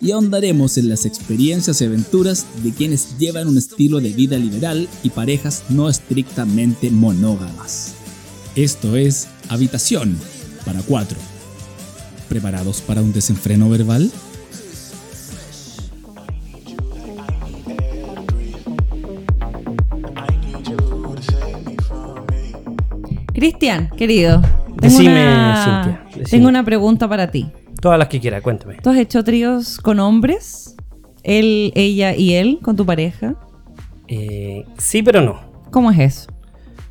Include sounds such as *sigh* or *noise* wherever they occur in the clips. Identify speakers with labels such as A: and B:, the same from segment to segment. A: y ahondaremos en las experiencias y aventuras de quienes llevan un estilo de vida liberal y parejas no estrictamente monógamas. Esto es Habitación para cuatro. ¿Preparados para un desenfreno verbal?
B: Cristian, querido. Tengo
C: Decime,
B: una,
C: Cintia,
B: tengo
C: decime.
B: una pregunta para ti.
C: Todas las que quiera, cuéntame.
B: ¿Tú has hecho tríos con hombres? Él, ella y él, con tu pareja.
C: Eh, sí, pero no.
B: ¿Cómo es eso?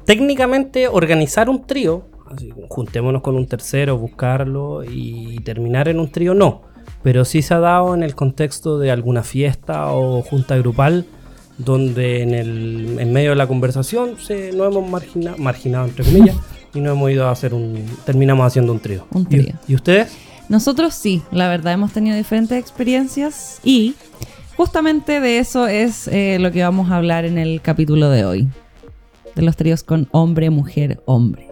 C: Técnicamente, organizar un trío, así, juntémonos con un tercero, buscarlo y terminar en un trío, no. Pero sí se ha dado en el contexto de alguna fiesta o junta grupal, donde en, el, en medio de la conversación se, nos hemos margina- marginado, entre comillas, y no hemos ido a hacer un. terminamos haciendo un trío.
B: Un
C: ¿Y-
B: trío.
C: ¿Y, ustedes?
B: Nosotros sí, la verdad, hemos tenido diferentes experiencias y justamente de eso es eh, lo que vamos a hablar en el capítulo de hoy. De los tríos con hombre, mujer, hombre.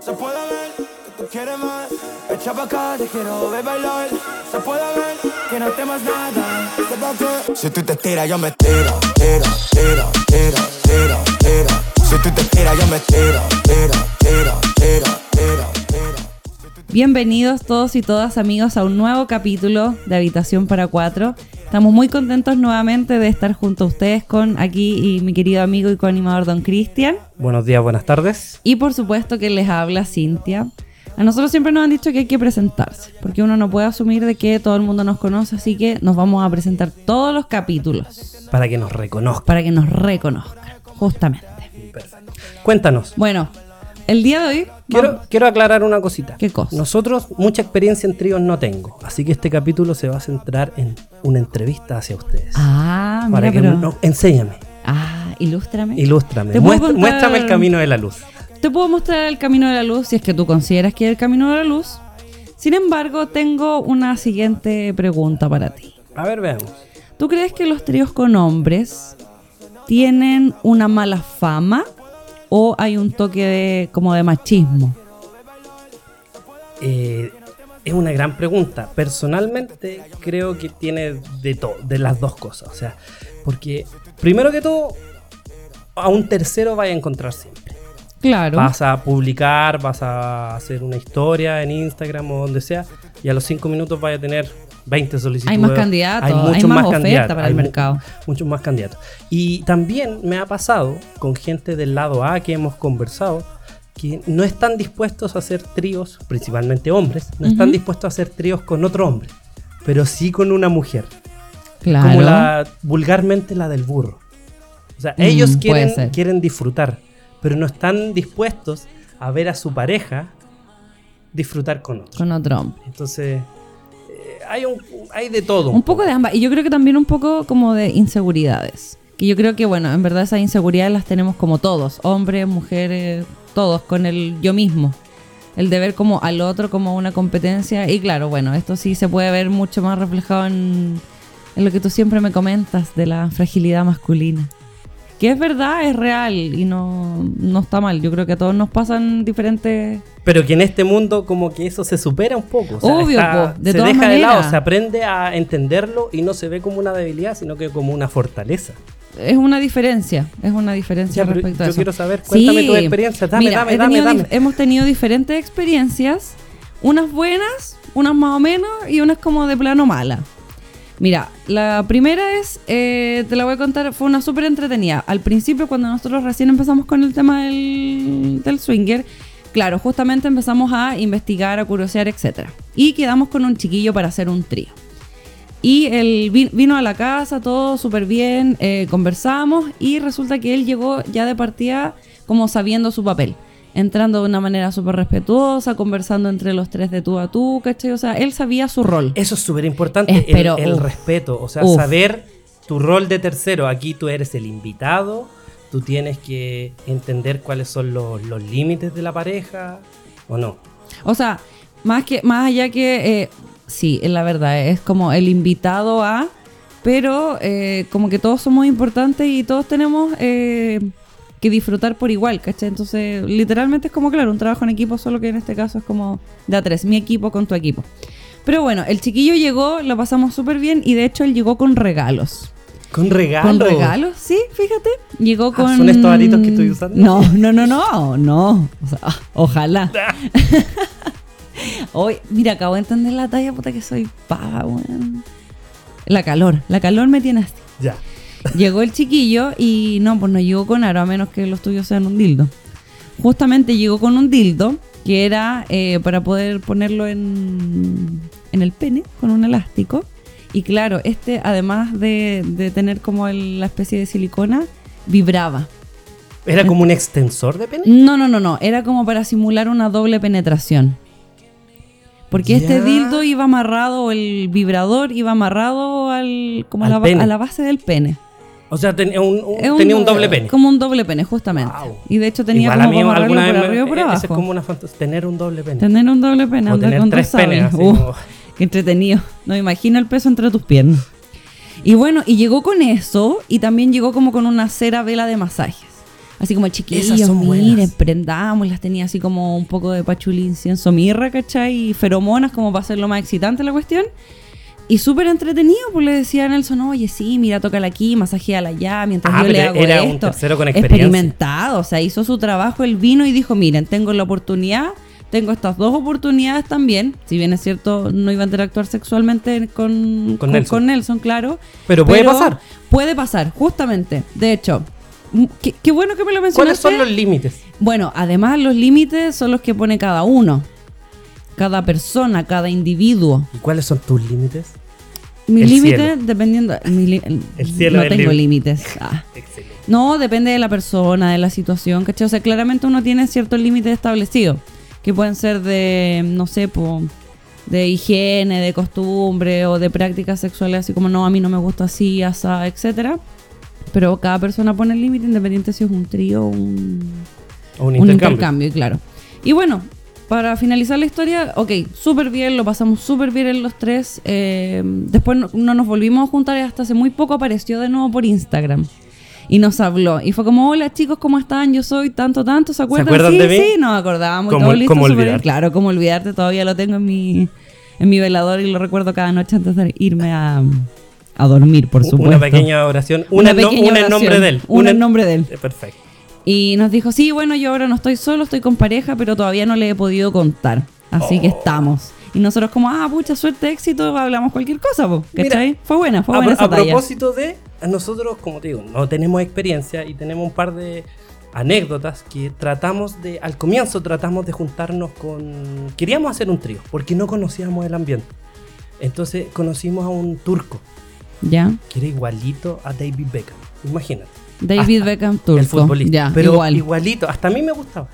D: Se puede ver que tú quieres más. Echa pa' acá, te quiero ver bailar. Se puede ver que no temas nada. Sepa que Si tú te tiras, yo me tiro, tiro, tiro, tiro, tiro, tiro. Si tú te tiras, yo me tiro, tiro, tiro, tiro, tiro, tiro.
B: Bienvenidos todos y todas amigos a un nuevo capítulo de Habitación para Cuatro. Estamos muy contentos nuevamente de estar junto a ustedes con aquí y mi querido amigo y coanimador Don Cristian.
C: Buenos días, buenas tardes.
B: Y por supuesto que les habla Cintia. A nosotros siempre nos han dicho que hay que presentarse, porque uno no puede asumir de que todo el mundo nos conoce, así que nos vamos a presentar todos los capítulos
C: Para que nos reconozcan.
B: para que nos reconozcan, justamente.
C: Cuéntanos.
B: Bueno, el día de hoy...
C: Quiero,
B: vamos-
C: quiero aclarar una cosita.
B: ¿Qué cosa?
C: Nosotros mucha experiencia en tríos no tengo, así que este capítulo se va a centrar en una entrevista hacia ustedes.
B: Ah, mira,
C: para que
B: pero...
C: no- enséñame,
B: Ah, ilústrame.
C: ilústrame,
B: Te puedo
C: muest-
B: contar-
C: muéstrame el camino de la luz.
B: Te puedo mostrar el camino de la luz si es que tú consideras que es el camino de la luz. Sin embargo, tengo una siguiente pregunta para ti.
C: A ver, veamos.
B: ¿Tú crees que los tríos con hombres tienen una mala fama o hay un toque de, como de machismo?
C: Eh, es una gran pregunta. Personalmente creo que tiene de todo, de las dos cosas. O sea, porque primero que todo, a un tercero vaya a encontrar siempre.
B: Claro.
C: Vas a publicar, vas a hacer una historia en Instagram o donde sea, y a los 5 minutos vaya a tener 20 solicitudes.
B: Hay más candidatos, hay más oferta para el
C: hay mu-
B: mercado.
C: Muchos más candidatos. Y también me ha pasado con gente del lado A que hemos conversado que no están dispuestos a hacer tríos, principalmente hombres, no están
B: Ujú.
C: dispuestos a hacer tríos con otro hombre, pero sí con una mujer.
B: claro.
C: Como la vulgarmente la del burro. O sea,
B: Mm,
C: ellos
B: puede
C: quieren,
B: ser.
C: quieren disfrutar, pero no están dispuestos a ver a su pareja disfrutar con otro.
B: Con otro hombre.
C: Entonces, eh, hay, un, hay de todo.
B: Un poco de ambas. Y yo creo que también un poco como de inseguridades. Que yo creo que, bueno, en verdad esas inseguridades las tenemos como todos. Hombres, mujeres, todos, con el yo mismo. El de ver como al otro como una competencia. Y claro, bueno, esto sí se puede ver mucho más reflejado en, en lo que tú siempre me comentas de la fragilidad masculina. Que es verdad, es real y no, no está mal. Yo creo que a todos nos pasan diferentes...
C: Pero que en este mundo como que eso se supera un poco. o sea,
B: Obvio,
C: está-
B: po, de
C: se
B: todas
C: deja de lado,
B: maneras.
C: se aprende a entenderlo y no se ve como una debilidad, sino que como una fortaleza.
B: Es una diferencia, es una diferencia
C: Ya, pero
B: respecto a
C: yo
B: eso.
C: quiero saber, cuéntame tu experiencia, dame, dame,
B: he
C: dame,
B: tenido
C: dame.
B: dif- Hemos tenido diferentes experiencias, unas buenas, unas más o menos y unas como de plano mala. Mira, la primera es, eh, te la voy a contar, fue una súper entretenida. Al principio, cuando nosotros recién empezamos con el tema del, del swinger, claro, justamente empezamos a investigar, a curiosear, etc. Y quedamos con un chiquillo para hacer un trío. Y él vi- vino a la casa, todo súper bien, eh, conversamos y resulta que él llegó ya de partida como sabiendo su papel. Entrando de una manera súper respetuosa, conversando entre los tres de tú a tú, ¿cachai? O sea, él sabía su rol.
C: Eso es súper importante,
B: Es,
C: el-
B: pero,
C: el,
B: uf,
C: respeto, o sea,
B: uf.
C: saber tu rol de tercero. Aquí tú eres el invitado, tú tienes que entender cuáles son los, los límites de la pareja, ¿o no?
B: O sea, más que más allá que eh, sí, es la verdad es como el invitado a, pero eh, como que todos somos importantes y todos tenemos eh, que disfrutar por igual, ¿cachai? Entonces, literalmente es como, claro, un trabajo en equipo, solo que en este caso es como de a tres, mi equipo con tu equipo. Pero bueno, el chiquillo llegó, lo pasamos súper bien y de hecho él llegó con regalos.
C: Con regalos.
B: ¿Con regalos? Sí, fíjate. Llegó con.
C: Ah, ¿son estos aritos que estoy usando?
B: No, no, no, no. No. O sea, ah,
C: *laughs*
B: ojalá. Hoy, mira, acabo de entender la talla, puta que soy paga, weón. La calor, la calor me tiene así.
C: Ya.
B: Llegó el chiquillo y no, pues no llegó con aro, a menos que los tuyos sean un dildo. Justamente llegó con un dildo que era eh, para poder ponerlo en, en el pene con un elástico. Y claro, este, además de, de tener como el- la especie de silicona, vibraba.
C: ¿Era como un extensor de pene?
B: No, no, no, no. Era como para simular una doble penetración. Porque este
C: Ya.
B: dildo iba amarrado, el vibrador iba amarrado al, como a
C: Al
B: la ba-
C: pene.
B: a la base del pene.
C: O sea, tenía un, un-
B: Es
C: tenía un doble pene.
B: Como un doble pene, justamente.
C: Wow.
B: Y de hecho tenía
C: Igual
B: como
C: a mí
B: para amarrarlo
C: alguna vez
B: por
C: me-
B: arriba y por
C: eh, esa
B: abajo.
C: es como una fantasía, tener un doble pene.
B: Tener un doble pene,
C: O
B: andar
C: tener
B: con
C: tres
B: dos sables.
C: penes, así
B: Uh,
C: como-
B: *laughs* Qué entretenido. No me imagino el peso entre tus piernas. Y bueno, y llegó con eso y también llegó como con una cera vela de masajes. Así como chiquillos,
C: Esas son
B: miren,
C: buenas.
B: prendamos, las tenía así como un poco de pachulí, incienso, mirra, ¿cachai? Y feromonas como para hacerlo más excitante la cuestión. Y súper entretenido, pues le decía a Nelson, oye, sí, mira, tócala aquí, masajéala allá, mientras
C: Ah,
B: yo le
C: pero
B: hago
C: era un
B: esto.
C: tercero con experiencia.
B: Experimentado, o sea, hizo su trabajo, él vino y dijo, miren, tengo la oportunidad, tengo estas dos oportunidades también. Si bien es cierto, no iba a interactuar sexualmente con, con-
C: Nelson.
B: con Nelson, claro.
C: Pero puede pasar.
B: Puede pasar, justamente. De hecho, m- qué, qué bueno que me lo
C: ¿Cuáles
B: mencionaste.
C: son los límites?
B: Bueno, además los límites son los que pone cada uno, cada persona, cada individuo.
C: ¿Y cuáles son tus límites?
B: Mi
C: El
B: límite,
C: cielo.
B: dependiendo. mi li-
C: El cielo
B: no
C: del
B: tengo
C: límite.
B: límites. Ah.
C: Excelente.
B: No, depende de la persona, de la situación, ¿cachai? O sea, claramente uno tiene ciertos límites establecidos, que pueden ser de, no sé, po, de higiene, de costumbre o de prácticas sexuales, así como no, a mí no me gusta así, asa, etcétera. Pero cada persona pone el límite independiente si es un trío o un,
C: O un
B: un
C: intercambio.
B: intercambio, claro. Y bueno, para finalizar la historia, ok, súper bien, lo pasamos súper bien en los tres. eh, después no, no nos volvimos a juntar y hasta hace muy poco apareció de nuevo por Instagram. Y nos habló. Y fue como, hola chicos, ¿cómo están? Yo soy tanto, tanto. ¿Se acuerdan?
C: acuerdan
B: sí,
C: de mí?
B: sí, nos acordábamos. y
C: ¿Cómo-
B: todo listo,
C: cómo
B: súper bien.
C: olvidarte?
B: Claro, como olvidarte, todavía lo tengo en mi, en mi velador y lo recuerdo cada noche antes de irme a, a dormir, por
C: U-
B: supuesto.
C: Una pequeña oración. Una, en nom-
B: pequeña
C: una en nombre
B: oración.
C: de él.
B: Una en nombre de él.
C: Eh, Perfecto.
B: Y nos dijo, sí, bueno, yo ahora no estoy solo, estoy con pareja, pero todavía no le he podido contar. Así
C: Oh.
B: que estamos. Y nosotros como, ah, pucha, suerte, éxito, hablamos cualquier cosa, po, ¿cachai? fue buena, fue
C: A,
B: buena esa
C: pro- a
B: talla.
C: propósito de, nosotros, como te digo, no tenemos experiencia y tenemos un par de anécdotas que tratamos de, al comienzo tratamos de juntarnos con... Queríamos hacer un trío, porque no conocíamos el ambiente. Entonces conocimos a un turco,
B: Ya,
C: que era igualito a David Beckham, imagínate.
B: David
C: Hasta
B: Beckham turco.
C: Ah, El futbolista.
B: Ya,
C: pero
B: igual.
C: igualito, hasta a mí me gustaba.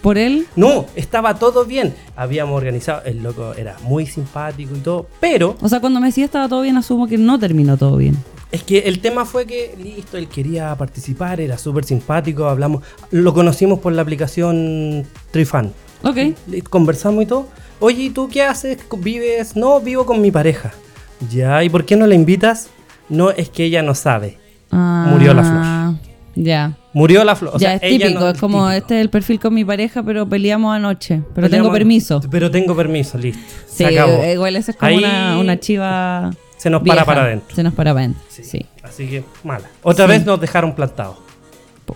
B: Por él,
C: No, estaba todo bien. Habíamos organizado, el loco era muy simpático y todo, pero
B: o sea, cuando me decía estaba todo bien, asumo que no terminó todo bien.
C: Es que el tema fue que, listo, él quería participar, era súper simpático, hablamos, lo conocimos por la aplicación Trifan.
B: Ok,
C: Le- Conversamos y todo. Oye, ¿y tú qué haces? ¿Vives? No, vivo con mi pareja. Ya, ¿y por qué no la invitas? No, es que ella no sabe.
B: Ah,
C: Murió la flor.
B: Ya,
C: Murió la flor. o
B: ya
C: sea,
B: es
C: ella
B: típico,
C: no-
B: es como,
C: típico.
B: este es el perfil con mi pareja, pero peleamos anoche, pero
C: Peleamos-
B: tengo permiso.
C: Pero tengo permiso, listo.
B: Sí, eh,
C: se acabó.
B: igual eso es como
C: Ahí
B: una, una chiva...
C: Se nos para
B: vieja.
C: para adentro.
B: Se nos para para adentro,
C: Sí.
B: sí.
C: Así que, mala. Otra
B: Sí.
C: vez nos dejaron plantados.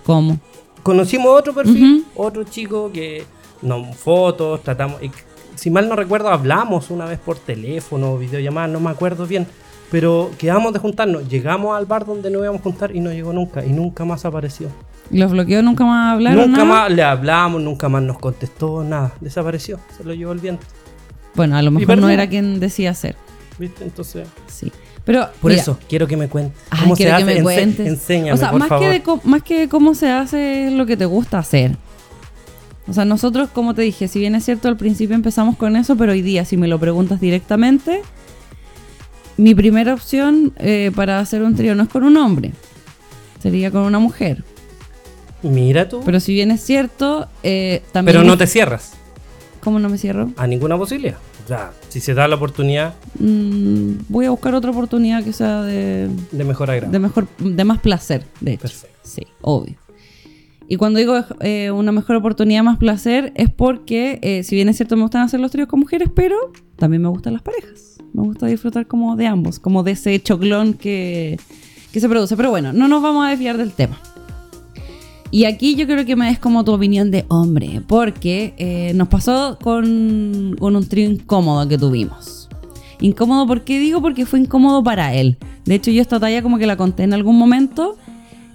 B: ¿Cómo?
C: conocimos otro perfil, otro chico que nos fotos, tratamos. y si mal no recuerdo, hablamos una vez por teléfono, videollamada, no me acuerdo bien. Pero quedamos de juntarnos, llegamos al bar donde nos íbamos a juntar y no llegó nunca, y nunca más apareció.
B: ¿Los bloqueó? ¿Nunca más hablaron? nada?
C: Nunca más le hablamos, nunca más nos contestó, nada. Desapareció, se lo llevó el viento.
B: Bueno, a lo mejor
C: perdí.
B: no era quien decía ser.
C: ¿Viste? Entonces.
B: Sí. Pero,
C: Por
B: mira,
C: eso, quiero que me cuentes.
B: Ay,
C: ¿Cómo
B: quiero
C: se
B: que
C: hace?
B: me
C: Ense-
B: cuentes.
C: enséñame,
B: o sea,
C: por
B: más,
C: favor.
B: Que de co- más que de cómo se hace es lo que te gusta hacer. O sea, nosotros, como te dije, si bien es cierto, al principio empezamos con eso, pero hoy día, si me lo preguntas directamente, mi primera opción eh, para hacer un trío no es con un hombre, sería con una mujer.
C: Mira tú. Pero,
B: Pero si bien es cierto, eh, también.
C: no te cierras
B: ¿Cómo no me cierro?
C: a ninguna posibilidad. O sea, si se da la oportunidad
B: Mm, voy a buscar otra oportunidad que sea de,
C: de mejor agrado.
B: de mejor, de más placer, de hecho.
C: Perfecto.
B: Sí, obvio. Y cuando digo eh, una mejor oportunidad, más placer, es porque, eh, si bien es cierto, me gustan hacer los tríos con mujeres, pero también me gustan las parejas. Me gusta disfrutar como de ambos, como de ese choclón que, que se produce. Pero bueno, no nos vamos a desviar del tema. Y aquí yo creo que me des como tu opinión de hombre, porque eh, nos pasó con, con un trío incómodo que tuvimos. Incómodo, ¿por qué digo? Porque fue incómodo para él. De hecho, yo esta talla como que la conté en algún momento.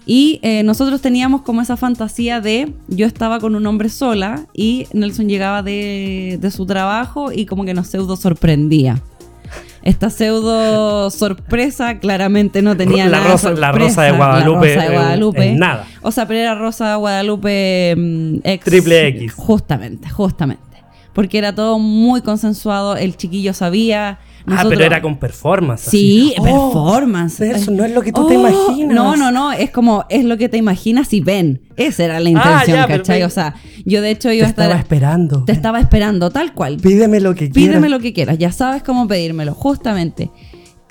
B: Y eh, nosotros teníamos como esa fantasía de yo estaba con un hombre sola y Nelson llegaba de, de su trabajo y como que nos pseudo sorprendía. Esta pseudo sorpresa claramente no tenía
C: La
B: nada
C: rosa- la
B: sorpresa.
C: rosa de
B: La
C: Guadalupe,
B: rosa de
C: eh,
B: Guadalupe.
C: en nada.
B: O sea, pero era Rosa Guadalupe mm, ex-
C: Triple X.
B: Justamente, justamente. Porque era todo muy consensuado, el chiquillo sabía.
C: Ah,
B: nosotros-
C: pero era con performance.
B: Sí,
C: así. Oh,
B: performance.
C: pero eso no es lo que tú te
B: Oh,
C: imaginas.
B: No, no, no, es como, es lo que te imaginas y ven. Esa era la intención,
C: Ah, ya,
B: ¿cachai?
C: perfecto.
B: O sea, yo de hecho
C: Te
B: iba a estar...
C: estaba esperando.
B: Te estaba esperando, tal cual.
C: Pídeme lo que quieras.
B: Pídeme lo que quieras, ya sabes cómo pedírmelo, justamente.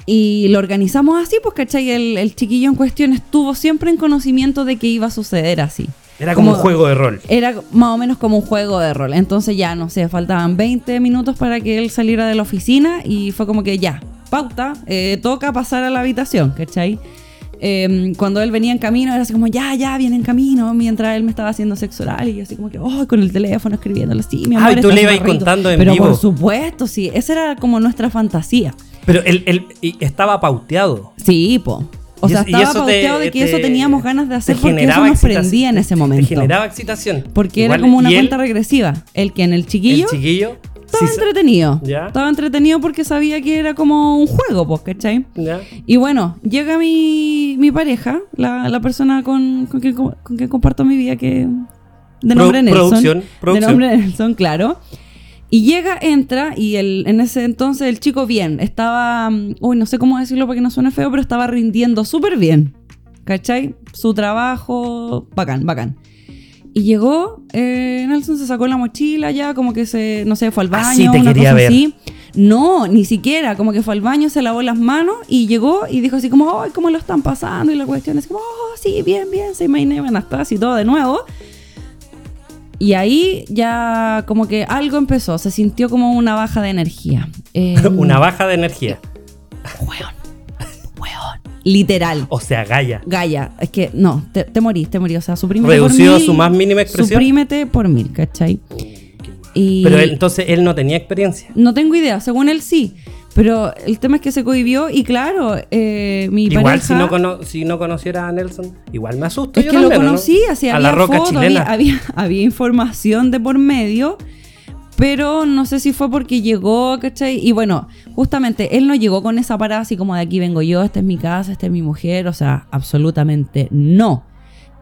B: Y lo organizamos así, pues, ¿cachai? El, el chiquillo en cuestión estuvo siempre en conocimiento de que iba a suceder así.
C: Era como, un juego de rol.
B: Era más o menos como un juego de rol. Entonces ya, no sé, faltaban 20 minutos para que él saliera de la oficina y fue como que ya, pauta, eh, toca pasar a la habitación, ¿cachai? Eh, cuando él venía en camino era así como, ya, ya, viene en camino, mientras él me estaba haciendo sexo oral y yo así como que, oh, con el teléfono escribiéndole, sí, mi
C: Ah,
B: amor.
C: y tú
B: esto
C: le
B: es
C: ibas
B: más rico".
C: contando en
B: Pero
C: vivo.
B: por supuesto, sí, esa era como nuestra fantasía.
C: Pero él, él- y estaba pauteado.
B: Sí, po. O
C: Y
B: sea,
C: es- y
B: estaba
C: eso te-
B: pauteado de que eso
C: te-
B: teníamos ganas de
C: te
B: hacer porque eso
C: generaba
B: nos
C: excitación.
B: prendía en ese
C: Te
B: momento.
C: generaba excitación.
B: Porque
C: Igual,
B: era como una
C: y él,
B: cuenta regresiva. El que en el chiquillo,
C: El chiquillo.
B: estaba
C: sí,
B: entretenido.
C: Ya.
B: Estaba entretenido porque sabía que era como un juego, pues, ¿cachai?
C: ya.
B: Y bueno, llega mi, mi pareja, la, la persona con, con, quien, co- con quien comparto mi vida, que. De
C: Pro-
B: nombre Nelson.
C: producción,
B: De
C: producción.
B: nombre Nelson, claro. Y llega, entra, y el, en ese entonces el chico bien, estaba, mm, uy, no sé cómo decirlo para que no suene feo, pero estaba rindiendo súper bien. ¿Cachai? Su trabajo, bacán, bacán. Y llegó, eh, Nelson se sacó la mochila ya, como que se, no sé, fue al baño,
C: Así Ah, te
B: una
C: quería
B: cosa
C: ver.
B: así. No, ni siquiera, como que fue al baño, se lavó las manos y llegó y dijo así como, ay, ¿cómo lo están pasando? Y la cuestión es como, oh, sí, bien, bien, se me buenas tardes y todo de nuevo. Y ahí ya como que algo empezó, se sintió como una baja de energía.
C: *laughs*
B: Eh,
C: Una baja de energía.
B: Weón, weón. Literal.
C: O sea, Gaia.
B: Gaya, es que no, te, te morís, te morís. O sea, suprímete
C: Reducido
B: por
C: a
B: mil.
C: su más mínima expresión.
B: Suprímete por mil, ¿cachai? Y
C: Pero él- entonces él no tenía experiencia.
B: no tengo idea, según él sí. Pero el tema es que se cohibió y claro, eh, mi
C: Igual
B: pareja...
C: si no, cono- si no conociera a Nelson, igual me asusto.
B: Es
C: yo
B: que lo
C: también, ¿o no?
B: conocí, así
C: A
B: había
C: la roca
B: fotos,
C: chilena.
B: había, había, había información de por medio, pero no sé si fue porque llegó, ¿cachai? Y bueno, justamente él no llegó con esa parada así como de aquí vengo yo, esta es mi casa, esta es mi mujer, o sea, absolutamente no.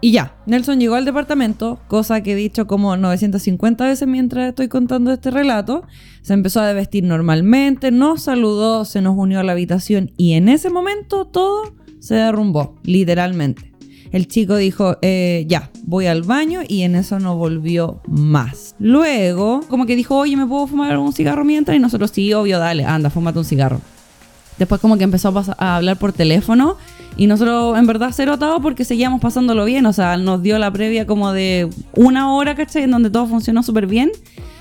B: Y ya, Nelson llegó al departamento, cosa que he dicho como 950 veces mientras estoy contando este relato. Se empezó a vestir normalmente, nos saludó, se nos unió a la habitación y en ese momento todo se derrumbó, literalmente. El chico dijo, eh, ya, voy al baño y en eso no volvió más. Luego, como que dijo, oye, ¿me puedo fumar un cigarro mientras? Y nosotros, sí, obvio, dale, anda, fúmate un cigarro. Después como que empezó a, pas- a hablar por teléfono y nosotros en verdad cero atado porque seguíamos pasándolo bien, o sea, nos dio la previa como de una hora, ¿cachai? En donde todo funcionó súper bien.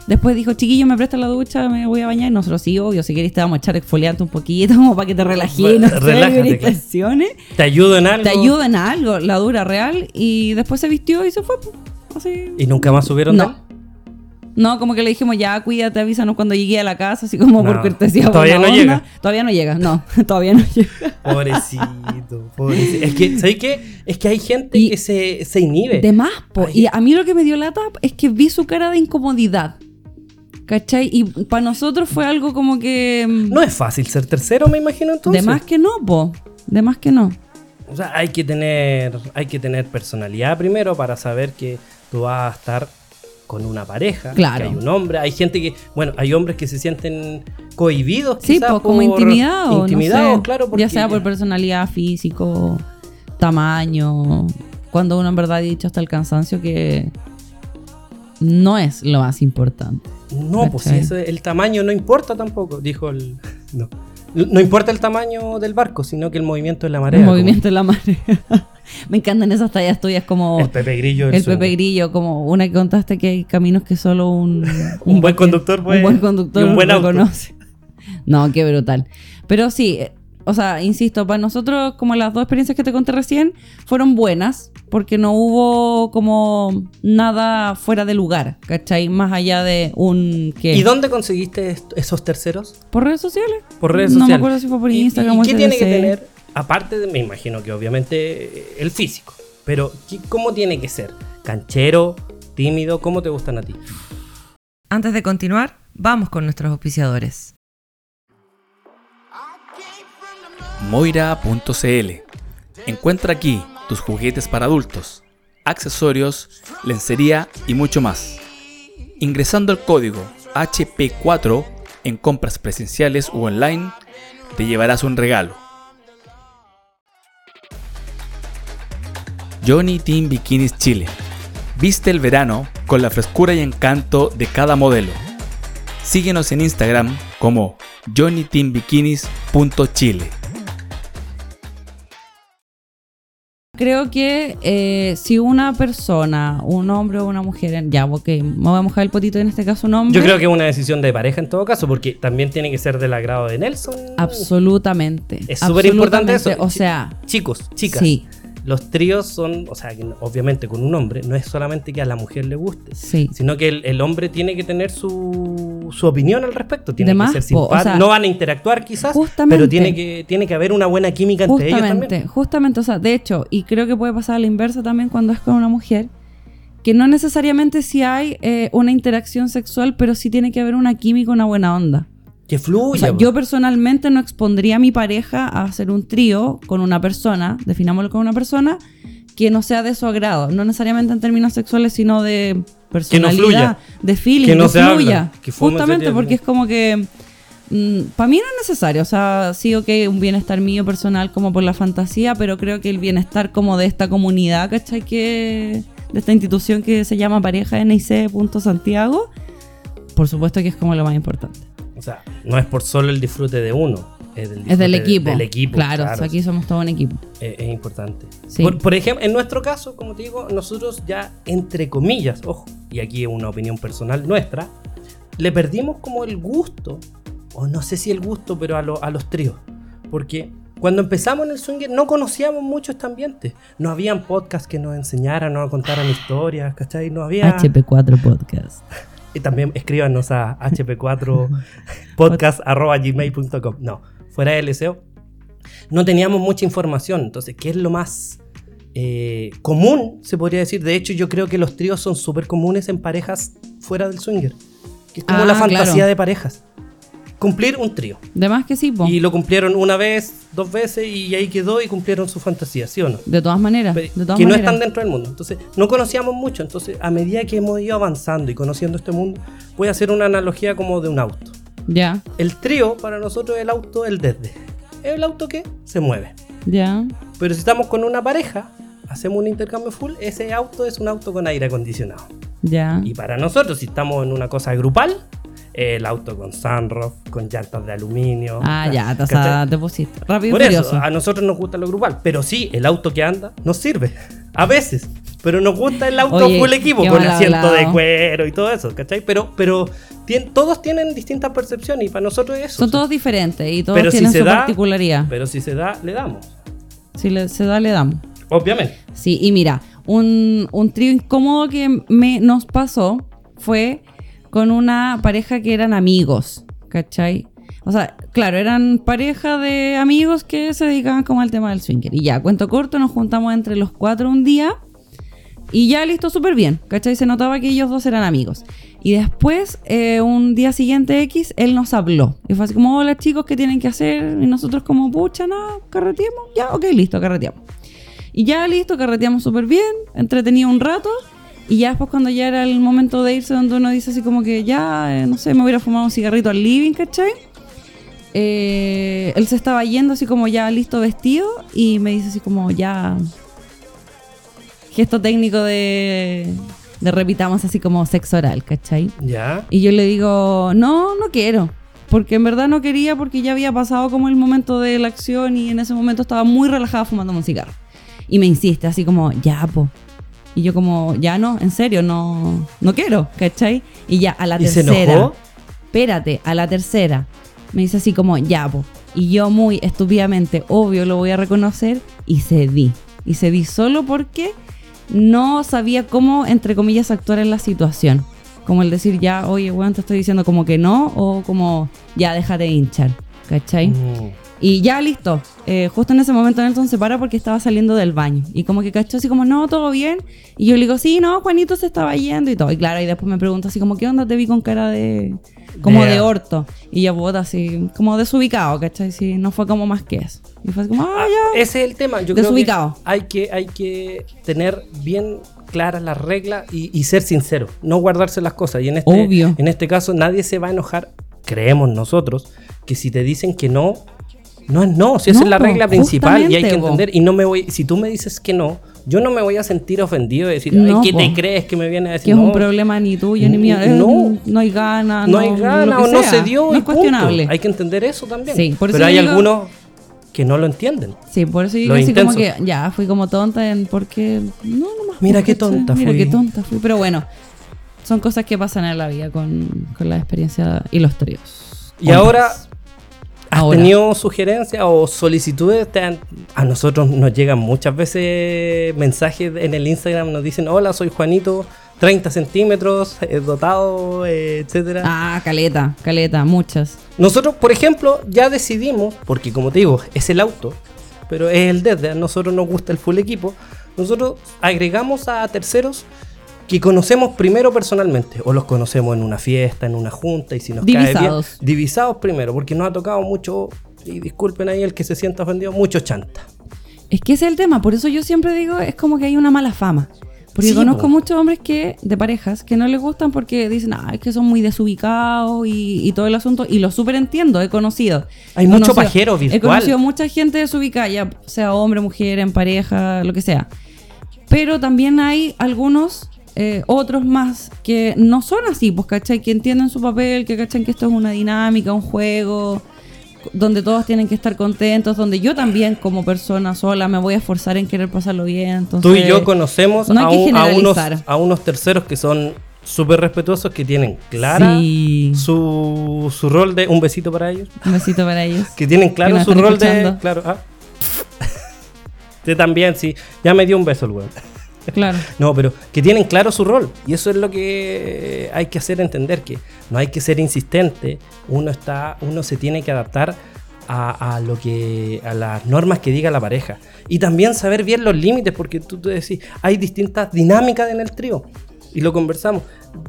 B: Después dijo, chiquillo, me presta la ducha, me voy a bañar. Y nosotros, sí, obvio, si querés te vamos a echar exfoliante un poquito como para que te relajes, no sé,
C: Relájate,
B: libres
C: claro.
B: tensiones.
C: Te ayudo en algo.
B: Te ayudan a algo, la dura real. Y después se vistió y se fue. pues, Así.
C: Y nunca más subieron. de él?
B: No. No, como que le dijimos, ya, cuídate, avísanos cuando llegué a la casa, así como
C: No,
B: por cortesía.
C: todavía
B: buena
C: no
B: onda.
C: llega.
B: Todavía no llega, no, *laughs* todavía no llega.
C: Pobrecito, pobrecito. Es que, ¿sabes qué? Es que hay gente
B: Y-
C: que se, se inhibe.
B: De más, po.
C: Ay.
B: Y a mí lo que me dio lata es que vi su cara de incomodidad. ¿Cachai? Y para nosotros fue algo como que. mm,
C: No es fácil ser tercero, me imagino entonces.
B: de más que no, po. De más que no.
C: O sea, hay que tener, hay que tener personalidad primero para saber que tú vas a estar con una pareja,
B: Claro.
C: que hay un hombre, hay gente que, bueno, hay hombres que se sienten cohibidos,
B: Sí,
C: quizás
B: po, como
C: por-
B: intimidado. no
C: intimidados,
B: sé.
C: claro, porque
B: Ya sea por personalidad, físico, tamaño. Cuando uno en verdad ha dicho hasta el cansancio que no es lo más importante.
C: no, pues
B: ¿cachai?
C: si eso- el tamaño no importa tampoco, dijo el, *laughs* no, no importa el tamaño del barco, sino que el movimiento de la marea.
B: el
C: como
B: movimiento de la marea. *laughs* Me encantan esas tallas tuyas como
C: El Pepe Grillo. del
B: Oh, el
C: sur.
B: Pepe Grillo, como una que contaste que hay caminos que solo
C: *laughs*
B: un,
C: Un buen conductor puede-
B: un buen conductor
C: y un buen
B: lo
C: auto.
B: conoce. No, qué brutal. Pero sí, eh, o sea, insisto, para nosotros como las dos experiencias que te conté recién fueron buenas porque no hubo como nada fuera de lugar, ¿cachai? Más allá de un que
C: ¿Y dónde conseguiste est- esos terceros?
B: por redes sociales.
C: Por redes
B: No me
C: sociales.
B: acuerdo si fue por
C: ¿Y- y-
B: Instagram
C: ¿Y,
B: o
C: qué tiene que
B: SDC.
C: tener? Aparte de, me imagino que obviamente eh, el físico. Pero, ¿qué- ¿cómo tiene que ser? ¿Canchero? ¿Tímido? ¿Cómo te gustan a ti?
E: Antes de continuar, vamos con nuestros auspiciadores.
F: Moira.cl. Encuentra aquí tus juguetes para adultos, accesorios, lencería y mucho más. Ingresando el código HP4 en compras presenciales u online, te llevarás un regalo. Johnny Team Bikinis Chile. Viste el verano con la frescura y encanto de cada modelo. Síguenos en Instagram como johnnyteambikinis.chile.
B: Creo que eh, si una persona, un hombre o una mujer, en- ya, ok, me voy a mojar el potito en este caso un hombre.
C: Yo creo que es una decisión de pareja en todo caso, porque también tiene que ser del agrado de Nelson.
B: Absolutamente.
C: Es súper importante eso.
B: absolutamente. O sea,
C: Chicos, chicas.
B: sí,
C: Los tríos son, o sea, que no- obviamente con un hombre, no es solamente que a la mujer le guste,
B: sí.
C: sino que el, el hombre tiene que tener su, su opinión al respecto, tiene
B: De
C: que
B: más,
C: ser
B: po, o
C: simpático,
B: sea,
C: no van a interactuar quizás, pero
B: justamente.
C: tiene que, tiene que haber una buena química entre ellos también.
B: Justamente, justamente, o sea, de hecho, y creo que puede pasar a la inversa también cuando es con una mujer, que no necesariamente si hay eh, una interacción sexual, pero sí tiene que haber una química, una buena onda.
C: Que
B: O
C: fluya.
B: sea,
C: po.
B: yo personalmente no expondría a mi pareja a hacer un trío con una persona, definámoslo con una persona, que no sea de su agrado. No necesariamente en términos sexuales, sino de personalidad,
C: fluya.
B: de feeling,
C: Que no
B: que
C: se habla,
B: fluya.
C: que fume
B: Justamente
C: sería-
B: porque es como que. mm, para mí no es necesario. O sea, sí, ok, un bienestar mío personal como por la fantasía, pero creo que el bienestar como de esta comunidad, ¿cachai? Que. De esta institución que se llama Pareja NIC. Santiago, por supuesto que es como lo más importante.
C: O sea, no es por solo el disfrute de uno. Es del, disfrute
B: Es del
C: de-
B: equipo.
C: del equipo,
B: Claro,
C: claro.
B: o sea, aquí somos todo un equipo.
C: Es, eh, es importante.
B: Sí.
C: Por, por ejemplo, en nuestro caso, como te digo, nosotros ya, entre comillas, ojo, y aquí es una opinión personal nuestra, le perdimos como el gusto, o no sé si el gusto, pero a, lo- a los tríos. Porque cuando empezamos en el swinger no conocíamos mucho este ambiente. No habían podcasts que nos enseñaran, nos contaran historias, ¿cachai? No había...
B: HP4 Podcast.
C: Y también escríbanos a
B: *laughs*
C: hp4podcast.gmail.com. No, fuera del SEO. No teníamos mucha información. Entonces, ¿qué es lo más eh, común? Se podría decir. De hecho, yo creo que los tríos son súper comunes en parejas fuera del swinger. Que es como
B: Ah,
C: la fantasía
B: claro.
C: de parejas. Cumplir un trío.
B: De más que sí, po.
C: Y lo cumplieron una vez, dos veces y ahí quedó y cumplieron su fantasía, ¿sí o no?
B: De todas maneras.
C: Pe-
B: Ah, de todas
C: que no
B: maneras.
C: están dentro del mundo. Entonces, no conocíamos mucho. Entonces, a medida que hemos ido avanzando y conociendo este mundo, voy a hacer una analogía como de un auto.
B: Ya,
C: El trío, para nosotros, es el auto el desde. Es el auto que se mueve.
B: ya.
C: Pero si estamos con una pareja, hacemos un intercambio full, ese auto es un auto con aire acondicionado.
B: Ya.
C: Y para nosotros, si estamos en una cosa grupal, el auto con sunroof, con llantas de aluminio.
B: Ah, ya, te, o sea,
C: ¿Cachai?
B: te pusiste. Rápido
C: Por
B: y
C: eso,
B: furioso.
C: a nosotros nos gusta lo grupal, pero sí, el auto que anda nos sirve, a veces. Pero nos gusta el auto
B: Oye,
C: full equipo,
B: qué
C: con
B: mal
C: asiento de
B: hablado.
C: cuero y todo eso, ¿cachai? Pero, pero tien- todos tienen distintas percepciones y para nosotros es eso.
B: Son todos diferentes y todos
C: Pero si
B: tienen
C: se
B: su
C: da-
B: particularidad.
C: Pero si se da, le damos.
B: Si le- se da, le damos.
C: Obviamente.
B: Sí, y mira, un, un trío incómodo que me nos pasó fue con una pareja que eran amigos, ¿cachai? O sea, claro, eran pareja de amigos que se dedicaban como al tema del swinger. Y ya, cuento corto, nos juntamos entre los cuatro un día y ya listo, súper bien, ¿cachai? Se notaba que ellos dos eran amigos. Y después, eh, un día siguiente X, él nos habló. Y fue así como, hola chicos, ¿qué tienen que hacer? Y nosotros como, pucha, nada, carreteamos. Ya, ok, listo, carreteamos. Y ya listo, carreteamos súper bien, entretenido un rato. Y ya después cuando ya era el momento de irse, donde uno dice así como que ya, eh, no sé, me hubiera fumado un cigarrito al living, ¿cachai? Eh, él se estaba yendo así como ya listo vestido y me dice así como ya... Gesto técnico de, de repitamos así como sexo oral, ¿cachai?
C: ¿Ya?
B: Y yo le digo, no, no quiero. Porque en verdad no quería porque ya había pasado como el momento de la acción y en ese momento estaba muy relajada fumando un cigarro. Y me insiste, así como, ya, po. Y yo como, ya no, en serio, no, no quiero, ¿cachai? Y ya a la
C: ¿Y se
B: tercera.
C: enojó?
B: Espérate, a la tercera. Me dice así como, ya, po. Y yo muy estúpidamente, obvio, lo voy a reconocer, y cedí. Y cedí solo porque no sabía cómo, entre comillas, actuar en la situación. Como el decir, ya, oye, weón, te estoy diciendo como que no, o como, ya, déjate hinchar, ¿cachai?
C: Mm.
B: Y ya listo. Eh, justo en ese momento Nelson se para porque estaba saliendo del baño. Y como que cachó así como, no, todo bien. Y yo le digo, sí, no, Juanito se estaba yendo y todo. Y claro, y después me pregunta así como, ¿qué onda te vi con cara de... Como
C: De-
B: de orto. Y yo, puta, así, como desubicado, ¿cachai? Sí, no fue como más que eso. Y fue así como, ah, ya.
C: Ese es el tema. Yo creo que
B: Desubicado.
C: hay que hay que tener bien claras las reglas y, y ser sincero, no guardarse las cosas. Y en este,
B: Obvio.
C: en este caso nadie se va a enojar, creemos nosotros, que si te dicen que no, no es no, si esa
B: No,
C: es la
B: po,
C: regla principal y hay que
B: justamente, po.
C: entender. Y no me voy, si tú me dices que no, yo no me voy a sentir ofendido de decir,
B: No,
C: ay, ¿qué te
B: po.
C: crees que me viene a decir?
B: Que es
C: No,
B: un problema ni tuyo ni mío. Eh,
C: No.
B: No, hay ganas.
C: no, hay ganas
B: lo
C: o
B: que
C: no
B: sea.
C: se dio.
B: No
C: y
B: es
C: punto.
B: cuestionable.
C: Hay que entender eso también.
B: Sí, por eso
C: Pero hay
B: yo digo-
C: algunos que no lo entienden.
B: Sí, por eso yo
C: Los
B: dije así como que
C: intensos.
B: ya fui como tonta en porque no nomás.
C: Mira
B: porque
C: qué tonta
B: mira
C: fui.
B: qué tonta fui, pero bueno. Son cosas que pasan en la vida con, con la experiencia y los tríos.
C: Y ahora, ¿Has
B: Ahora.
C: tenido sugerencias o solicitudes? Te han- a nosotros nos llegan muchas veces mensajes en el Instagram, nos dicen, hola, soy Juanito, 30 centímetros, eh, dotado, eh, etcétera.
B: Ah, caleta, caleta, muchas.
C: Nosotros, por ejemplo, ya decidimos, porque como te digo, es el auto, pero es el desde, a nosotros nos gusta el full equipo, nosotros agregamos a terceros que conocemos primero personalmente, o los conocemos en una fiesta, en una junta, y si nos cae bien,
B: Divisados.
C: divisados primero, porque nos ha tocado mucho, y disculpen ahí el que se sienta ofendido, mucho chanta.
B: Es que ese es el tema, por eso yo siempre digo, es como que hay una mala fama. Porque
C: Sí,
B: conozco
C: po.
B: muchos hombres que, de parejas, que no les gustan porque dicen, ah, es que son muy desubicados y, y todo el asunto. Y lo súper entiendo, he conocido.
C: Hay
B: He
C: mucho
B: conocido-
C: pajero virtual.
B: He conocido mucha gente desubicada, ya sea hombre, mujer, en pareja, lo que sea. Pero también hay algunos, eh, otros más, que no son así, pues, ¿cachai? Que entienden su papel, que cachan que esto es una dinámica, un juego, donde todos tienen que estar contentos, donde yo también como persona sola me voy a esforzar en querer pasarlo bien.
C: Tú y
B: entonces,
C: yo conocemos
B: no hay
C: a,
B: que
C: un- a unos,
B: generalizar.
C: a unos terceros que son súper respetuosos, que tienen clara
B: Sí.
C: su, su rol de un besito para ellos.
B: Un besito para ellos.
C: que tienen claro
B: nos
C: su
B: están
C: rol de.
B: escuchando.
C: Claro, ah. *laughs* Usted también, sí. Ya me dio un beso el weón.
B: Claro.
C: No, pero que tienen claro su rol. Y eso es lo que hay que hacer entender, que no hay que ser insistente. Uno está, uno se tiene que adaptar a, a lo que. a las normas que diga la pareja. Y también saber bien los límites, porque tú te decís, hay distintas dinámicas en el trío. Y lo conversamos.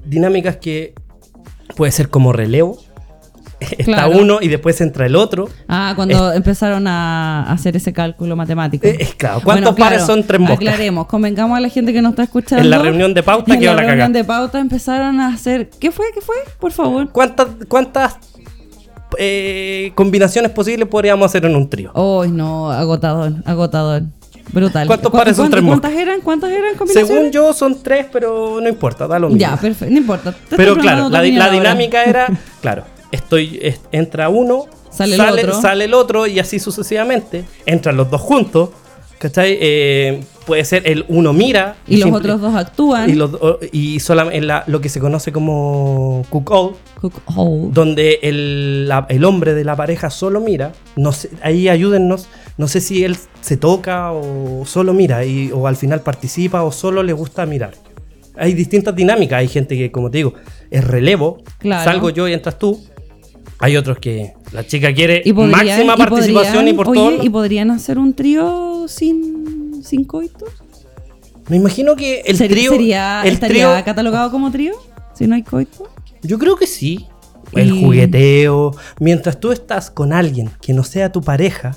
C: Dinámicas que puede ser como relevo. *laughs* Está
B: Claro.
C: uno y después entra el otro.
B: Ah, cuando empezaron a hacer ese cálculo matemático.
C: Eh, eh, claro, ¿cuántos pares son tres moscas?
B: Aclaremos, convengamos a la gente que nos está escuchando.
C: En la reunión de pauta
B: En
C: quedó
B: la
C: la
B: reunión
C: cagada.
B: de pauta empezaron a hacer. ¿Qué fue? ¿Qué fue? Por favor.
C: ¿Cuántas, cuántas eh, combinaciones posibles podríamos hacer en un trío?
B: Ay, no, agotador, agotador. Brutal.
C: ¿Cuántos
B: ¿Cu-
C: pares son
B: cuántas-
C: tres moscas?
B: ¿Cuántas eran? ¿Cuántas eran combinaciones?
C: Según yo son tres, pero no importa, da lo mismo.
B: Ya, perfecto, no importa. Te
C: pero
B: estoy
C: claro,
B: preguntando
C: la,
B: tu
C: di- la
B: opinión ahora. *laughs*
C: dinámica era, claro, estoy es- entra uno,
B: Sale el otro.
C: sale el otro y así sucesivamente. Entran los dos juntos, ¿cachai? Eh, puede ser el uno mira
B: Y los
C: simple-
B: otros dos actúan.
C: Y, los do- y solam- en la- lo que se conoce como cook-all,
B: Cook- oh.
C: donde el, la- el hombre de la pareja solo mira, no sé- ahí ayúdennos, no sé si él se toca o solo mira, y, o al final participa o solo le gusta mirar. hay distintas dinámicas. Hay gente que, como te digo, es relevo.
B: Claro.
C: Salgo yo y entras tú. Hay otros que la chica quiere
B: Y podrían-
C: máxima
B: y
C: participación
B: podrían-
C: y por
B: oye,
C: todo.
B: ¿Y podrían hacer un trío sin, sin coitos?
C: Me imagino que el
B: Ser-
C: trío.
B: sería,
C: el
B: ¿Estaría
C: trío-
B: catalogado como trío? Si no hay coito.
C: Yo creo que sí. El
B: Y-
C: jugueteo. Mientras tú estás con alguien que no sea tu pareja,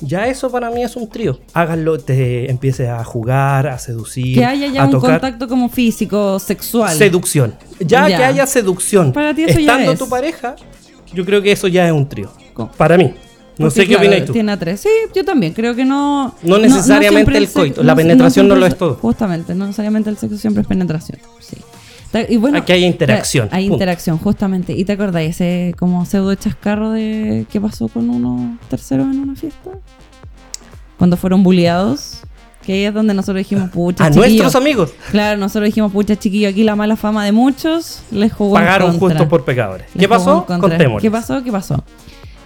C: ya eso para mí es un trío. Háganlo, te empieces a jugar, a seducir,
B: Que haya ya
C: a
B: un
C: tocar.
B: contacto como físico, sexual.
C: Seducción. Ya,
B: Ya.
C: que haya seducción.
B: Para ti eso ya
C: estando
B: es.
C: tu pareja, yo creo que eso ya es un trío.
B: Co-
C: Para mí. No
B: Porque,
C: sé qué
B: claro,
C: opinas tú.
B: Tiene a tres. Sí, yo también. Creo que no.
C: No necesariamente
B: siempre
C: el
B: sexo-
C: coito, la penetración
B: siempre
C: no lo
B: el-
C: es todo.
B: Justamente, no necesariamente el sexo siempre es penetración. Sí. Ta- Y bueno,
C: Aquí hay interacción,
B: ta- Hay
C: punto.
B: interacción, justamente. ¿Y te acordáis ese como pseudo chascarro de qué pasó con unos terceros en una fiesta? Cuando fueron bulleados. Que ahí es donde nosotros dijimos, pucha,
C: Ah, A
B: chiquillo.
C: nuestros amigos
B: Claro, nosotros dijimos, pucha, chiquillo, aquí la mala fama de muchos les jugó en
C: pagaron
B: contra.
C: justo por pecadores.
B: Les
C: ¿Qué
B: jugó en
C: pasó?
B: contra.
C: Contémosles.
B: ¿Qué pasó? ¿Qué pasó?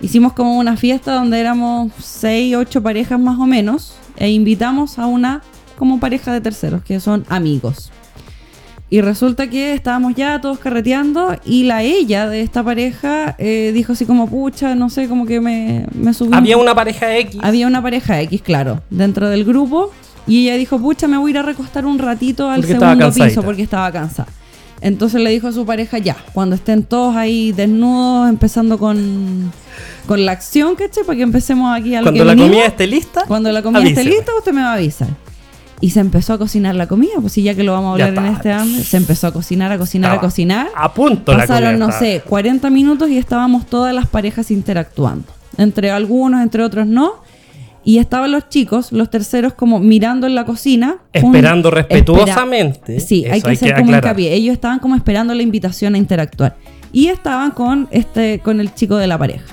B: Hicimos como una fiesta donde éramos 6, 8 parejas más o menos e invitamos a una como pareja de terceros, que son amigos. Y resulta que estábamos ya todos carreteando y la ella de esta pareja eh, dijo así como, pucha, no sé, como que me, me subí. un
C: Había una pareja X.
B: había una pareja X, claro, dentro del grupo. Y ella dijo, pucha, me voy a ir a recostar un ratito al
C: Porque estaba
B: segundo piso
C: cansadita.
B: porque estaba cansada. Entonces le dijo a su pareja, ya, cuando estén todos ahí desnudos, empezando con, con la acción, ¿cachai? Para que empecemos aquí a lo
C: Cuando
B: que
C: la
B: vinimos.
C: comida esté lista.
B: Cuando la comida esté
C: avíseme.
B: lista, usted me va a avisar. Y se empezó a cocinar la comida, pues sí, ya que lo vamos a
C: Ya
B: hablar en
C: está.
B: este ámbito, se empezó a cocinar, a cocinar, a
C: Estaba
B: cocinar.
C: A punto la comida.
B: Pasaron, no
C: estaba.
B: sé, 40 minutos y estábamos todas las parejas interactuando. Entre algunos, entre otros no. Y estaban los chicos, los terceros, como mirando en la cocina. un-
C: Esperando respetuosamente.
B: espera- sí,
C: Eso
B: hay que hacer como
C: aclarar.
B: hincapié. Ellos estaban como esperando la invitación a interactuar. Y estaban con, este, con el chico de la pareja.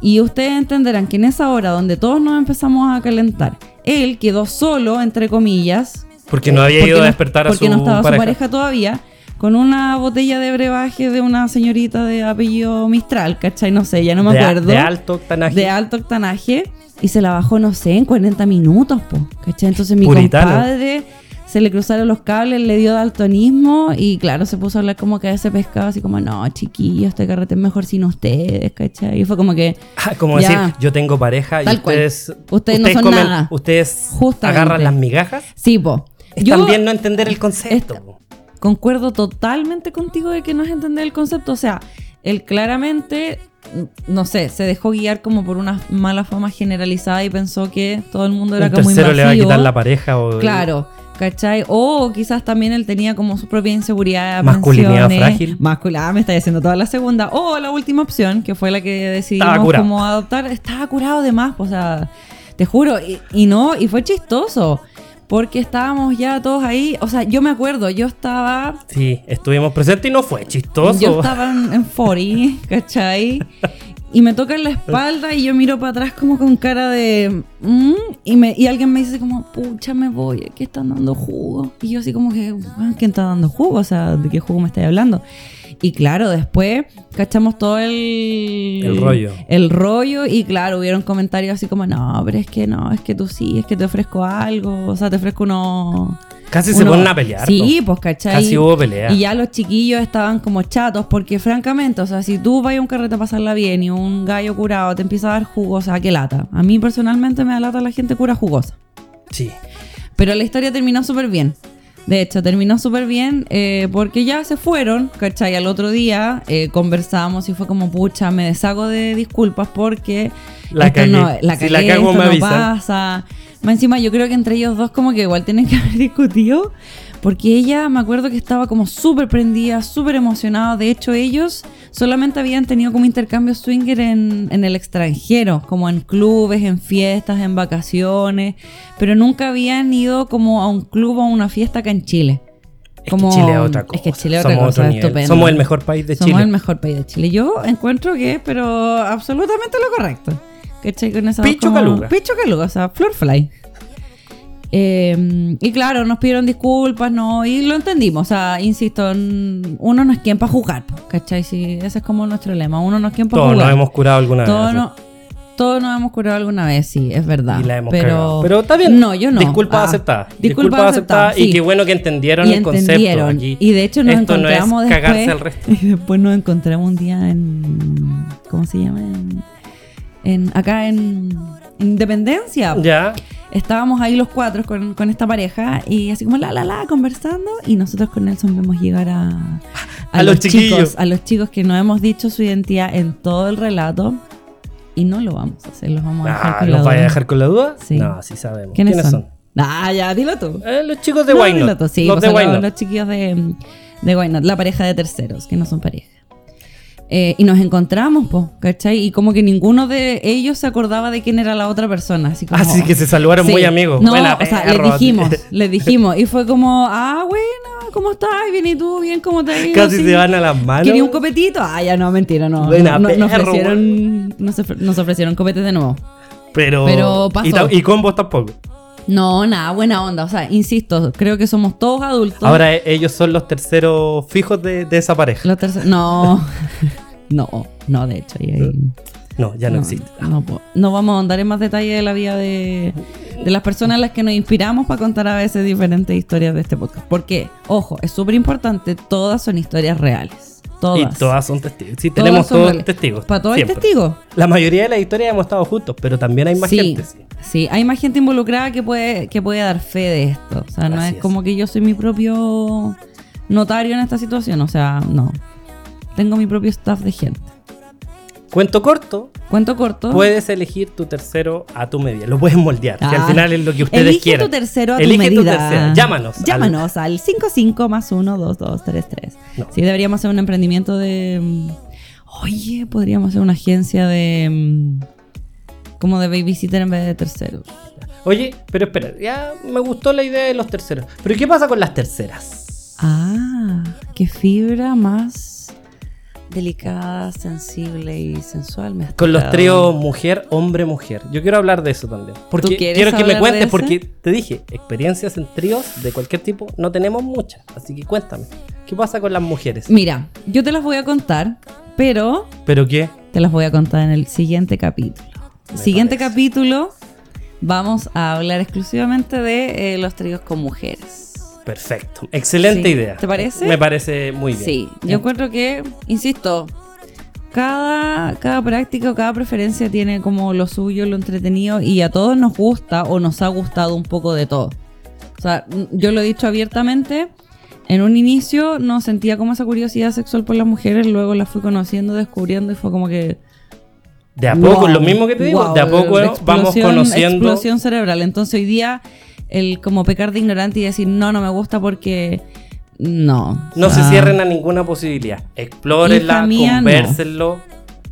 B: Y ustedes entenderán que en esa hora donde todos nos empezamos a calentar, él quedó solo, entre comillas, eh,
C: Porque no había
B: porque
C: ido a
B: no-
C: despertar a su,
B: porque no estaba
C: pareja.
B: su pareja todavía con una botella de brebaje de una señorita de apellido Mistral, ¿cachai? No sé, ya no me
C: De a-
B: acuerdo.
C: de alto octanaje.
B: De alto octanaje. Y se la bajó, no sé, en 40 minutos, po, ¿cachai? Entonces mi
C: Puritano.
B: compadre se le cruzaron los cables, le dio daltonismo y claro, se puso a hablar como que a ese pescado, así como, no, chiquillo, este carrete es mejor sin ustedes, ¿cachai? Y fue como que,
C: Ah, como
B: Ya.
C: decir, yo tengo pareja y
B: Tal cual.
C: ustedes,
B: Ustedes no son nada.
C: Ustedes
B: Justamente.
C: agarran las migajas.
B: sí, po.
C: Es
B: Yo-
C: también no entender el concepto.
B: Esta- concuerdo totalmente contigo de que no es entender el concepto. O sea, él claramente, no sé, se dejó guiar como por una mala fama generalizada y pensó que todo el mundo era
C: Un
B: como
C: tercero
B: invasivo.
C: le va a quitar la pareja o
B: Claro. ¿Cachai? O quizás también él tenía como su propia inseguridad.
C: Masculinidad
B: mansiones,
C: frágil.
B: Mascula, ah, me está diciendo toda la segunda. O la última opción, que fue la que decidimos
C: Estaba curado.
B: como adoptar. Estaba curado de más, o sea, te juro. Y, y no, y fue chistoso. Porque estábamos ya todos ahí. O sea, yo me acuerdo, yo estaba
C: Sí, estuvimos presentes y no fue chistoso.
B: yo estaba en, en 40, ¿cachai? Y me tocan la espalda y yo miro para atrás como con cara de... "Mm", Y, me, y alguien me dice como, pucha, me voy, aquí están dando jugo. Y yo así como que, "Weón, ¿quién está dando jugo? O sea, ¿de qué jugo me estáis hablando? Y claro, después cachamos todo el...
C: El rollo.
B: El rollo y claro, hubieron comentarios así como, no, pero es que no, es que tú sí, es que te ofrezco algo, o sea, te ofrezco unos...
C: Casi se
B: uno-
C: ponen a pelear.
B: Sí,
C: po.
B: pues, ¿cachai?
C: Casi hubo pelea.
B: Y ya los chiquillos estaban como chatos, porque francamente, o sea, si tú vas a un carrete a pasarla bien y un gallo curado te empieza a dar jugo, o sea, qué lata. A mí personalmente me da lata la gente cura jugosa.
C: Sí.
B: Pero la historia terminó súper bien. De hecho, terminó súper bien eh, porque ya se fueron, ¿cachai? Al otro día eh, conversamos y fue como, pucha, me deshago de disculpas porque
C: La
B: esto
C: cagué.
B: no, la
C: Si
B: cagué,
C: la cago,
B: esto
C: me
B: no
C: avisan.
B: pasa. Más encima, yo creo que entre ellos dos como que igual tienen que *laughs* haber discutido porque ella, me acuerdo que estaba como súper prendida, súper emocionada. De hecho, ellos solamente habían tenido como intercambio swinger en, en el extranjero, como en clubes, en fiestas, en vacaciones, pero nunca habían ido como a un club o a una fiesta acá en Chile.
C: Es
B: Como-
C: que Chile es otra cosa.
B: es que Chile es otra
C: Somos
B: cosa,
C: otro nivel.
B: estupendo.
C: Somos el mejor país de
B: Somos
C: Chile.
B: el mejor país de Chile. Yo encuentro que es, pero absolutamente lo correcto. ¿Cachai? Con esa voz
C: Picho
B: como-
C: caluga.
B: Picho caluga, o sea, flor fly. Eh, y claro, nos pidieron disculpas, ¿no? Y lo entendimos, o sea, insisto, n- uno no es quien para jugar, po, ¿cachai? Sí, ese es como nuestro lema, uno no es quien para
C: Todos
B: jugar.
C: nos hemos curado alguna
B: Todos
C: vez.
B: no- Todos nos hemos curado alguna vez, sí, es verdad.
C: Y la hemos
B: pero...
C: cagado. Pero está bien.
B: No, yo no.
C: Disculpa
B: Ah,
C: aceptada.
B: Disculpa,
C: Disculpa
B: aceptada.
C: aceptada.
B: sí.
C: Y qué bueno que entendieron
B: Y
C: el concepto.
B: entendieron.
C: Aquí.
B: Y de hecho nos
C: Esto
B: encontramos
C: no es
B: después.
C: cagarse al resto.
B: *laughs* Y después nos encontramos un día en. ¿Cómo se llama? En, en- acá en Independencia. pues,
C: Ya.
B: Estábamos ahí los cuatro con, con esta pareja y así como la la la conversando. Y nosotros con Nelson vemos llegar a.
C: A los
B: chicos,
C: chiquillos.
B: a los chicos que no hemos dicho su identidad en todo el relato y no lo vamos a hacer, los vamos a dejar
C: Ah,
B: con la
C: ¿Los vais a
B: duda.
C: dejar con la duda?
B: Sí.
C: No, sí sabemos.
B: ¿Quiénes, son? Ah, ya, dilo tú.
C: Eh, los chicos de
B: No,
C: Wine.
B: dilo tú, sí,
C: los
B: pues
C: de
B: son
C: Wine.
B: los, los chiquillos de, de Why Not, la pareja de terceros, que no son pareja. Eh, y nos encontramos, po, ¿cachai? Y como que ninguno de ellos se acordaba de quién era la otra persona. Así, como,
C: Así Ah, que se saludaron
B: Sí.
C: muy amigos.
B: No,
C: Buena,
B: o sea,
C: perro.
B: les dijimos,
C: *laughs*
B: les dijimos. Y fue como, ah, bueno, ¿cómo estás? Bien, ¿y tú? Bien, ¿cómo te ha ido?
C: Casi
B: Sí.
C: se van a las manos.
B: ¿Quería un copetito? Ah, ya no, mentira, no.
C: Buena,
B: no, nos,
C: perro,
B: ofrecieron, nos, ofre- nos ofrecieron copetes de nuevo.
C: Pero,
B: Pero
C: y,
B: pasó.
C: ta- y combos tampoco.
B: No, nada, buena onda. O sea, insisto, creo que somos todos adultos.
C: Ahora eh, ellos son los terceros fijos de, de esa pareja.
B: Los terceros.
C: *laughs*
B: No. no, no, de hecho. ahí- ahí-
C: No, ya no, existe.
B: No, po- no vamos a ahondar en más detalle de la vida de, de las personas a las que nos inspiramos para contar a veces diferentes historias de este podcast. Porque, ojo, es súper importante, todas son historias reales. Todas.
C: Y todas son testigos. Sí, tenemos
B: son
C: todos
B: reales.
C: testigos.
B: Para todos hay
C: siempre.
B: testigos.
C: La mayoría de las historias hemos estado juntos, pero también hay más gente. sí.
B: sí, hay más gente involucrada que puede, que puede dar fe de esto. O sea, no
C: Así
B: es,
C: es.
B: como que yo soy mi propio notario en esta situación. O sea, no. Tengo mi propio staff de gente.
C: Cuento corto,
B: Cuento corto.
C: puedes elegir tu tercero a tu medida. Lo puedes moldear. que
B: Ah.
C: al final es lo que ustedes
B: Elige
C: quieran.
B: tu tercero a
C: Elige
B: tu medida.
C: tercero. Llámanos. al-
B: Llámanos al, 55 más 1, 2, 2, 3, 3.
C: No.
B: Sí, deberíamos hacer un emprendimiento de... mm, Oye, podríamos hacer una agencia de... mm, Como de babysitter en vez de terceros.
C: Oye, pero espera, ya me gustó la idea de los terceros. Pero ¿qué pasa con las terceras?
B: Ah, qué fibra más delicada, sensible y sensual. me has
C: Con los
B: tocado.
C: tríos mujer, hombre, mujer. Yo quiero hablar de eso también. Porque
B: quieres
C: quiero que
B: hablar
C: me
B: de
C: cuentes,
B: eso?
C: porque te dije, experiencias en tríos de cualquier tipo no tenemos muchas. Así que cuéntame, ¿qué pasa con las mujeres?
B: Mira, yo te las voy a contar, pero
C: ¿Pero qué?
B: te las voy a contar en el siguiente capítulo.
C: Me
B: siguiente
C: parece.
B: capítulo vamos a hablar exclusivamente de eh, los tríos con mujeres.
C: Perfecto. Excelente
B: Sí.
C: idea.
B: ¿Te parece?
C: Me parece muy bien. Eh.
B: Sí, yo encuentro que, insisto, cada, cada práctica o cada preferencia tiene como lo suyo, lo entretenido y a todos nos gusta o nos ha gustado un poco de todo. O sea, n- yo lo he dicho abiertamente, en un inicio no sentía como esa curiosidad sexual por las mujeres, luego las fui conociendo, descubriendo y fue como que...
C: De a poco,
B: Wow,
C: lo mismo que te digo, de a
B: wow,
C: poco
B: explosión-
C: vamos conociendo.
B: Explosión cerebral. Entonces hoy día, el como pecar de ignorante y decir, no, no me gusta porque. No. Ah,
C: No
B: O sea,
C: se cierren a ninguna posibilidad. Explórenla,
B: Hija mía, no.
C: conversenlo.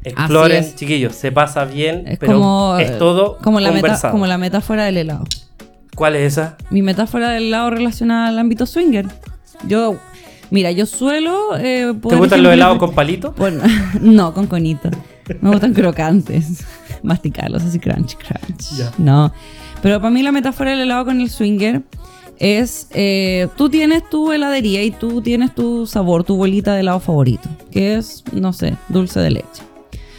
C: Exploren,
B: es.
C: chiquillos, se pasa bien,
B: Es
C: pero
B: como,
C: es todo
B: como la, meta,
C: conversado.
B: como la metáfora del helado.
C: ¿Cuál es esa?
B: Mi metáfora del helado relacionada al ámbito swinger. Yo, mira, yo suelo. eh,
C: ¿Te
B: poder
C: gustan los
B: ejempli-
C: helados con palito?
B: Bueno, *laughs* no, con conito. Me gustan crocantes. *laughs* Masticarlos así crunch, crunch.
C: Ya.
B: No. Pero para mí la metáfora del helado con el swinger es, eh, tú tienes tu heladería y tú tienes tu sabor, tu bolita de helado favorito, que es, no sé, dulce de leche.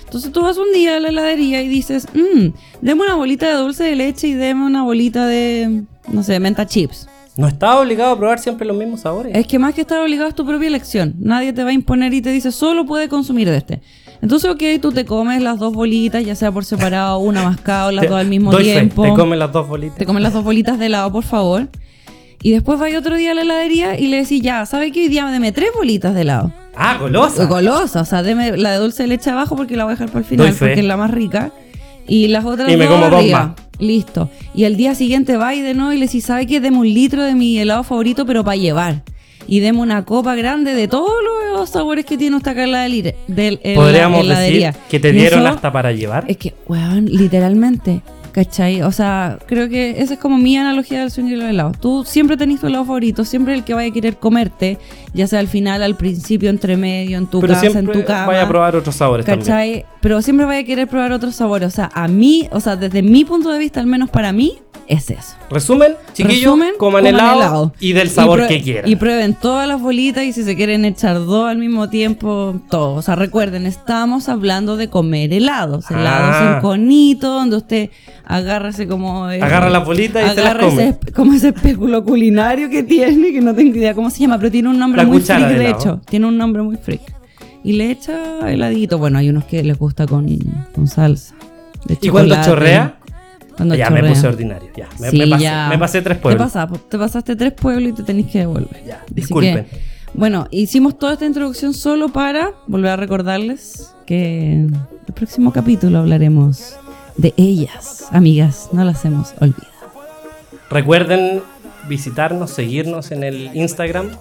B: Entonces tú vas un día a la heladería y dices, mmm, deme una bolita de dulce de leche y deme una bolita de, no sé, menta chips.
C: No estás obligado a probar siempre los mismos sabores.
B: Es que más que estar obligado es tu propia elección. Nadie te va a imponer y te dice, solo puede consumir de este. Entonces, ok, tú te comes las dos bolitas, ya sea por separado, una mascada o las
C: Te-
B: dos al mismo
C: doy fe,
B: tiempo.
C: te comen las dos bolitas.
B: Te comes las dos bolitas de helado, por favor. Y después vas otro día a la heladería y le decís, ya, ¿sabe qué? Hoy día deme tres bolitas de helado.
C: Ah, golosa.
B: Golosa, o sea, deme la de dulce de leche abajo porque la voy a dejar para el final,
C: Doy fe.
B: porque es la más rica. Y las otras
C: Y me
B: dos
C: como
B: arriba.
C: bomba.
B: Listo. Y al día siguiente va y de nuevo y le decís, ¿sabe qué? Deme un litro de mi helado favorito, pero para llevar. Y deme una copa grande de todos los sabores que tiene usted acá en la helir- del- en la
C: Podríamos
B: heladería.
C: decir que te
B: Y
C: dieron
B: eso
C: hasta para llevar.
B: Es que, weón, literalmente. ¿Cachai? O sea, creo que esa es como mi analogía del sueño y los helados. Tú siempre tenés tu helado favorito, siempre el que vaya a querer comerte, ya sea al final, al principio, entre medio, en tu
C: pero
B: casa,
C: siempre
B: en tu cama.
C: vaya a probar otros sabores también.
B: ¿Cachai? Pero siempre vaya a querer probar otros sabores. O sea, a mí, o sea, desde mi punto de vista, al menos para mí, es eso.
C: Resumen, chiquillos,
B: Resumen,
C: coman helado, y del sabor
B: prue-
C: que quieran.
B: Y prueben todas las bolitas y si se quieren echar dos al mismo tiempo, todo. O sea, recuerden, estamos hablando de comer helados. Helados
C: Ah.
B: en conito, donde usted agárrese como... eh,
C: Agarra las bolitas y se las
B: agarra
C: come.
B: ese esp- como ese espéculo culinario que tiene, que no tengo idea cómo se llama, pero tiene un nombre
C: La
B: muy
C: cuchara
B: freak, de,
C: de helado.
B: hecho. Tiene un nombre muy freak. Y le echa heladito. Bueno, hay unos que les gusta con, con salsa. de
C: ¿Y cuando
B: chocolate.
C: chorrea?
B: Cuando
C: ya me
B: chorrea.
C: puse ordinario. Ya, me,
B: Sí,
C: me pasé,
B: ya.
C: me pasé tres
B: Te,
C: pueblos.
B: pasa- te pasaste tres pueblos y te tenés que devolver.
C: Ya,
B: Así
C: disculpen.
B: que, bueno, hicimos toda esta introducción solo para volver a recordarles que en el próximo capítulo hablaremos de ellas, amigas, no las hemos olvidado.
C: Recuerden visitarnos, seguirnos en el Instagram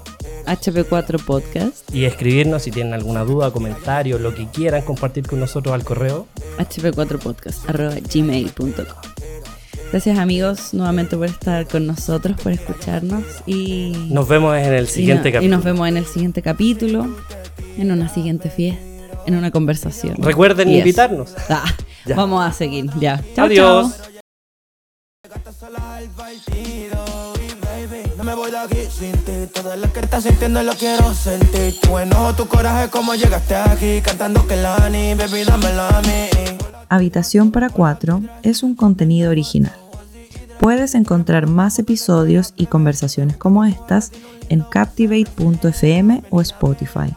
B: HP4 Podcast,
C: y escribirnos si tienen alguna duda, comentario, lo que quieran compartir con nosotros al correo.
B: HP4 Podcast, arroba gmail.com. Gracias amigos nuevamente por estar con nosotros, por escucharnos y
C: Nos vemos en el siguiente
B: y, no- y
C: capítulo.
B: nos vemos en el siguiente capítulo, en una siguiente fiesta, en una conversación.
C: Recuerden
B: Y eso.
C: invitarnos.
B: Ah,
C: Ya.
B: Vamos a seguir, ya. Chao,
C: Adiós.
B: chao.
D: No me voy de aquí sin ti Todo lo que estás sintiendo lo quiero sentir Tu enojo, tu coraje, como llegaste aquí Cantando que Lani, baby, dámela a mí
E: Habitación para Cuatro es un contenido original. Puedes encontrar más episodios y conversaciones como estas en captivate.fm o Spotify.